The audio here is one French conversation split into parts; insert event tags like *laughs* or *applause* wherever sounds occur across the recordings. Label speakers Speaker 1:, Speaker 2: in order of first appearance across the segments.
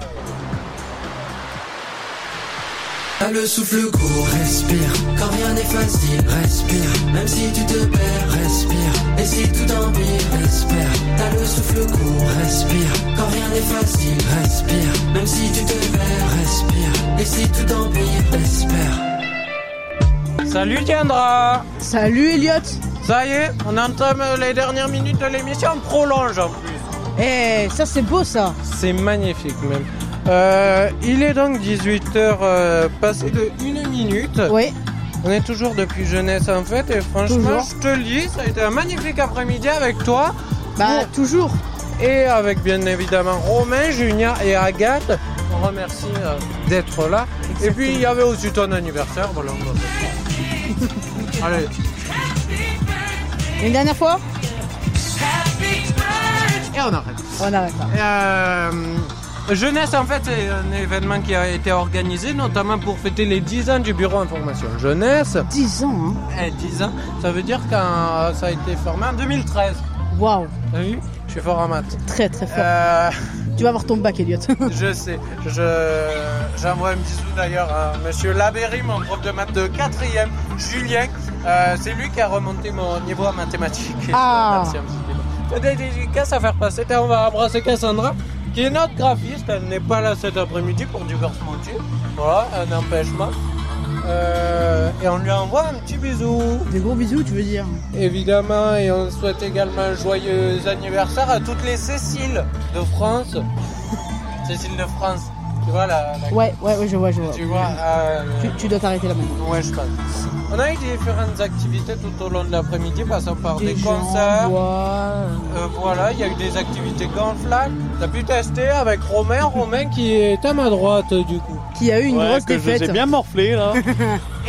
Speaker 1: T'as Ah, le souffle court, respire. Quand rien n'est facile, respire. Même si tu te perds, respire. Et si tout empire, respire. T'as le souffle court, respire. Quand rien n'est facile, respire. Même si tu te perds, respire. Et si tout empire, espère.
Speaker 2: Salut Tiendra
Speaker 3: Salut Elliot
Speaker 2: Ça y est, on entame les dernières minutes de l'émission, on prolonge en plus.
Speaker 3: Eh, ça c'est beau ça
Speaker 2: C'est magnifique même. Euh, il est donc 18h euh, passé de 1 minute.
Speaker 3: Oui,
Speaker 2: On est toujours depuis jeunesse en fait et franchement
Speaker 3: Toujours.
Speaker 2: je te le dis, ça a été un magnifique après-midi avec toi
Speaker 3: bah
Speaker 2: Bon.
Speaker 3: toujours
Speaker 2: et avec bien évidemment Romain, Junia et Agathe. On remercie euh, d'être là. Et puis il y avait aussi ton anniversaire. Voilà, on va-
Speaker 3: *laughs*
Speaker 2: Allez,
Speaker 3: Une dernière fois
Speaker 2: et on arrête.
Speaker 3: On arrête là.
Speaker 2: Euh, jeunesse, en fait, c'est un événement qui a été organisé notamment pour fêter les 10 ans du bureau information jeunesse.
Speaker 3: 10 ans, hein
Speaker 2: Eh, 10 ans, ça veut dire que euh, ça a été formé en 2013.
Speaker 3: Waouh,
Speaker 2: T'as vu Ah Je suis fort en maths.
Speaker 3: très très fort.
Speaker 2: Euh,
Speaker 3: Tu vas avoir ton bac Elliot. *laughs*
Speaker 2: je sais. Je, j'envoie un bisou d'ailleurs à monsieur Labéry, mon prof de maths de 4ème, Julien. Euh, c'est lui qui a remonté mon niveau en mathématiques. Et je le
Speaker 3: Ah.
Speaker 2: remercie un petit peu. T'as des dédicaces à faire passer. Tiens, on va embrasser Cassandra, qui est notre graphiste. Elle n'est pas là cet après-midi pour diverses motifs. Voilà, un empêchement. Euh, et on lui envoie un petit bisou.
Speaker 3: Des gros bisous tu veux dire
Speaker 2: Évidemment, et on souhaite également un joyeux anniversaire à toutes les Céciles de
Speaker 3: *laughs*
Speaker 2: France. Cécile de France, tu vois la. la-
Speaker 3: Ouais, ouais, ouais, je vois, je vois.
Speaker 2: Tu vois, euh,
Speaker 3: Tu, tu dois t'arrêter là maintenant.
Speaker 2: ouais, je pense. On a eu différentes activités tout au long de l'après-midi, passant par des,
Speaker 3: gens
Speaker 2: concerts.
Speaker 3: voient-
Speaker 2: Euh, voilà, il y a eu des activités gonflables. T'as pu tester avec Romain, Romain qui est à ma droite du coup.
Speaker 3: Qui a eu une
Speaker 4: Ouais,
Speaker 3: grosse
Speaker 4: que
Speaker 3: défaite.
Speaker 4: Je les ai bien morflé
Speaker 3: *laughs*
Speaker 4: là.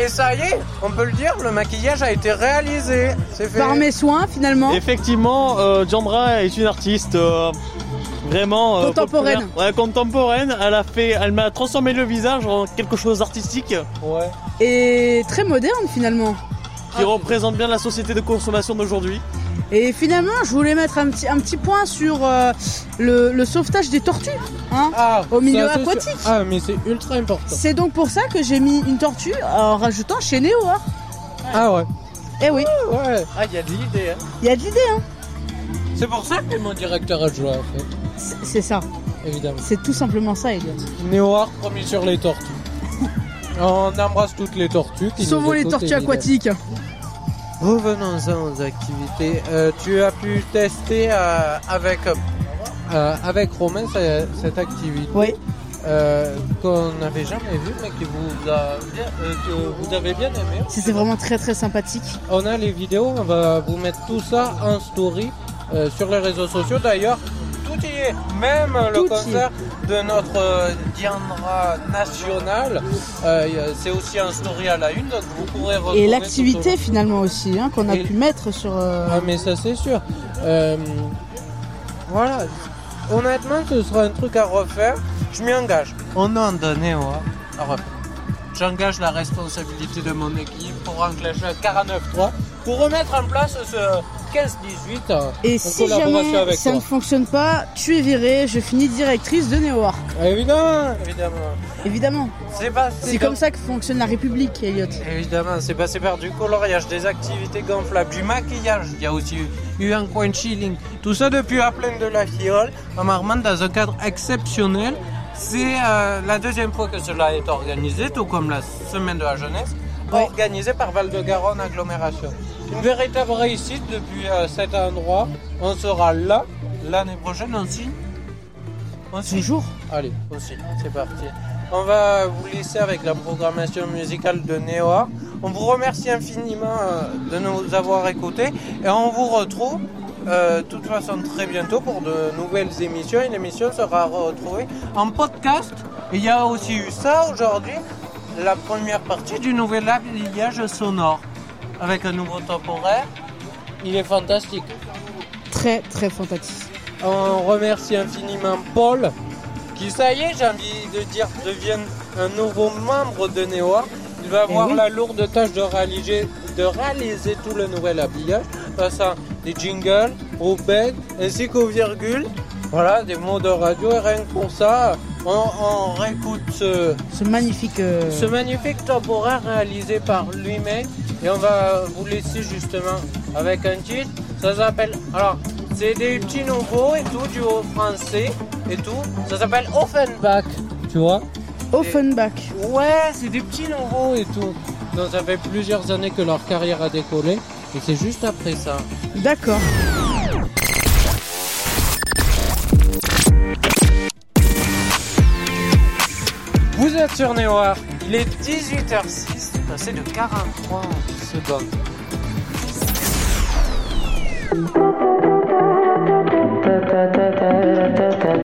Speaker 2: Et ça y est, on peut le dire, le maquillage a été réalisé. C'est fait.
Speaker 3: Par mes soins finalement.
Speaker 4: Effectivement, euh, Jandra est une artiste euh, vraiment euh,
Speaker 3: Contemporaine.
Speaker 4: populaire. Ouais, contemporaine. Elle a fait, elle m'a transformé le visage en quelque chose d'artistique
Speaker 2: Ouais.
Speaker 3: Et très moderne finalement. Ah.
Speaker 4: qui représente bien la société de consommation d'aujourd'hui.
Speaker 3: Et finalement, je voulais mettre un petit, un petit point sur euh, le, le sauvetage des tortues. Hein
Speaker 2: Ah,
Speaker 3: Au milieu
Speaker 2: ça, c'est sûr.
Speaker 3: aquatique.
Speaker 2: Ah, mais c'est ultra important.
Speaker 3: C'est donc pour ça que j'ai mis une tortue en rajoutant chez Néo. hein.
Speaker 2: Ah ouais.
Speaker 3: Eh oui,
Speaker 2: Ouais. Ah, il y a de l'idée.
Speaker 3: il y a de l'idée, hein.
Speaker 2: C'est pour ça que mon directeur adjoint, en fait,
Speaker 3: C'est c'est ça,
Speaker 2: évidemment.
Speaker 3: c'est tout simplement ça, Elliot.
Speaker 2: Néoar promis sur les tortues. *laughs* On embrasse toutes les tortues. qui
Speaker 3: Sauvons
Speaker 2: nous
Speaker 3: les
Speaker 2: écoutent,
Speaker 3: tortues
Speaker 2: évidemment.
Speaker 3: aquatiques.
Speaker 2: Revenons-en aux activités. Euh, tu as pu tester euh, avec, euh, avec Romain ce- cette activité
Speaker 3: Oui.
Speaker 2: euh, qu'on n'avait jamais vue, mais que vous, a bien, euh, que vous avez bien aimé.
Speaker 3: C'était vraiment très très sympathique.
Speaker 2: On a les vidéos, on va vous mettre tout ça en story euh, sur les réseaux sociaux. D'ailleurs, tout y est, même le
Speaker 3: Tout y est.
Speaker 2: concert de notre euh, Diandra nationale. euh, y a- C'est aussi en story à la une, donc vous pourrez retrouver.
Speaker 3: Et
Speaker 2: tout
Speaker 3: l'activité finalement aussi, hein, qu'on a
Speaker 2: Et-
Speaker 3: pu mettre sur. euh,
Speaker 2: au- Ah, mais ça, c'est sûr. Euh, voilà. Honnêtement, ce sera un truc à refaire. Je m'y engage. On en donné, ouais. À refaire. J'engage la responsabilité de mon équipe pour enclencher un 49-3 pour remettre en place ce 15-18 en,
Speaker 3: Et
Speaker 2: en
Speaker 3: si
Speaker 2: collaboration
Speaker 3: jamais
Speaker 2: avec
Speaker 3: ça ne
Speaker 2: toi.
Speaker 3: fonctionne pas, tu es viré, je finis directrice de Néoar.
Speaker 2: Évidemment, évidemment.
Speaker 3: Évidemment.
Speaker 2: C'est pas-
Speaker 3: C'est comme ça que fonctionne la République, Elliot.
Speaker 2: Évidemment, c'est passé par du coloriage, des activités gonflables, du maquillage. Il y a aussi eu un coin chilling. Tout ça depuis à pleine de la fiole, en Marmande, dans un cadre exceptionnel. C'est euh, la deuxième fois que cela est organisé, tout comme la semaine de la jeunesse,
Speaker 3: Ouais.
Speaker 2: organisée par Val-de-Garonne Agglomération. Une véritable réussite depuis euh, cet endroit. On sera là l'année prochaine, on signe. On signe.
Speaker 3: Toujours.
Speaker 2: Allez, aussi, c'est parti. On va vous laisser avec la programmation musicale de Néoa. On vous remercie infiniment euh, de nous avoir écoutés et on vous retrouve euh, de toute façon très bientôt pour de nouvelles émissions. Et l'émission sera retrouvée en podcast. Et Il y a aussi eu ça aujourd'hui, la première partie du nouvel habillage sonore avec un nouveau top horaire. Il est fantastique.
Speaker 3: Très très fantastique.
Speaker 2: On remercie infiniment Paul, qui ça y est, j'ai envie de dire, devient un nouveau membre de Néoa. Il va avoir
Speaker 3: oui.
Speaker 2: la lourde tâche de réaliser, de réaliser tout le nouvel habillage, passant des jingles, aux becs, ainsi qu'aux virgules. Voilà, des mots de radio, et rien que pour ça, on, on réécoute ce,
Speaker 3: Ce magnifique. euh,
Speaker 2: ce magnifique temporaire réalisé par lui-même et on va vous laisser justement avec un titre. Ça s'appelle. Alors, c'est des petits nouveaux et tout, du haut français et tout. Ça s'appelle Offenbach, tu vois.
Speaker 3: Offenbach.
Speaker 2: Ouais, c'est des petits nouveaux et tout. Donc, ça fait plusieurs années que leur carrière a décollé et c'est juste après ça.
Speaker 3: D'accord.
Speaker 2: Vous êtes sur Néoir, il est 18h06, passé de 43 secondes.
Speaker 5: ta ta ta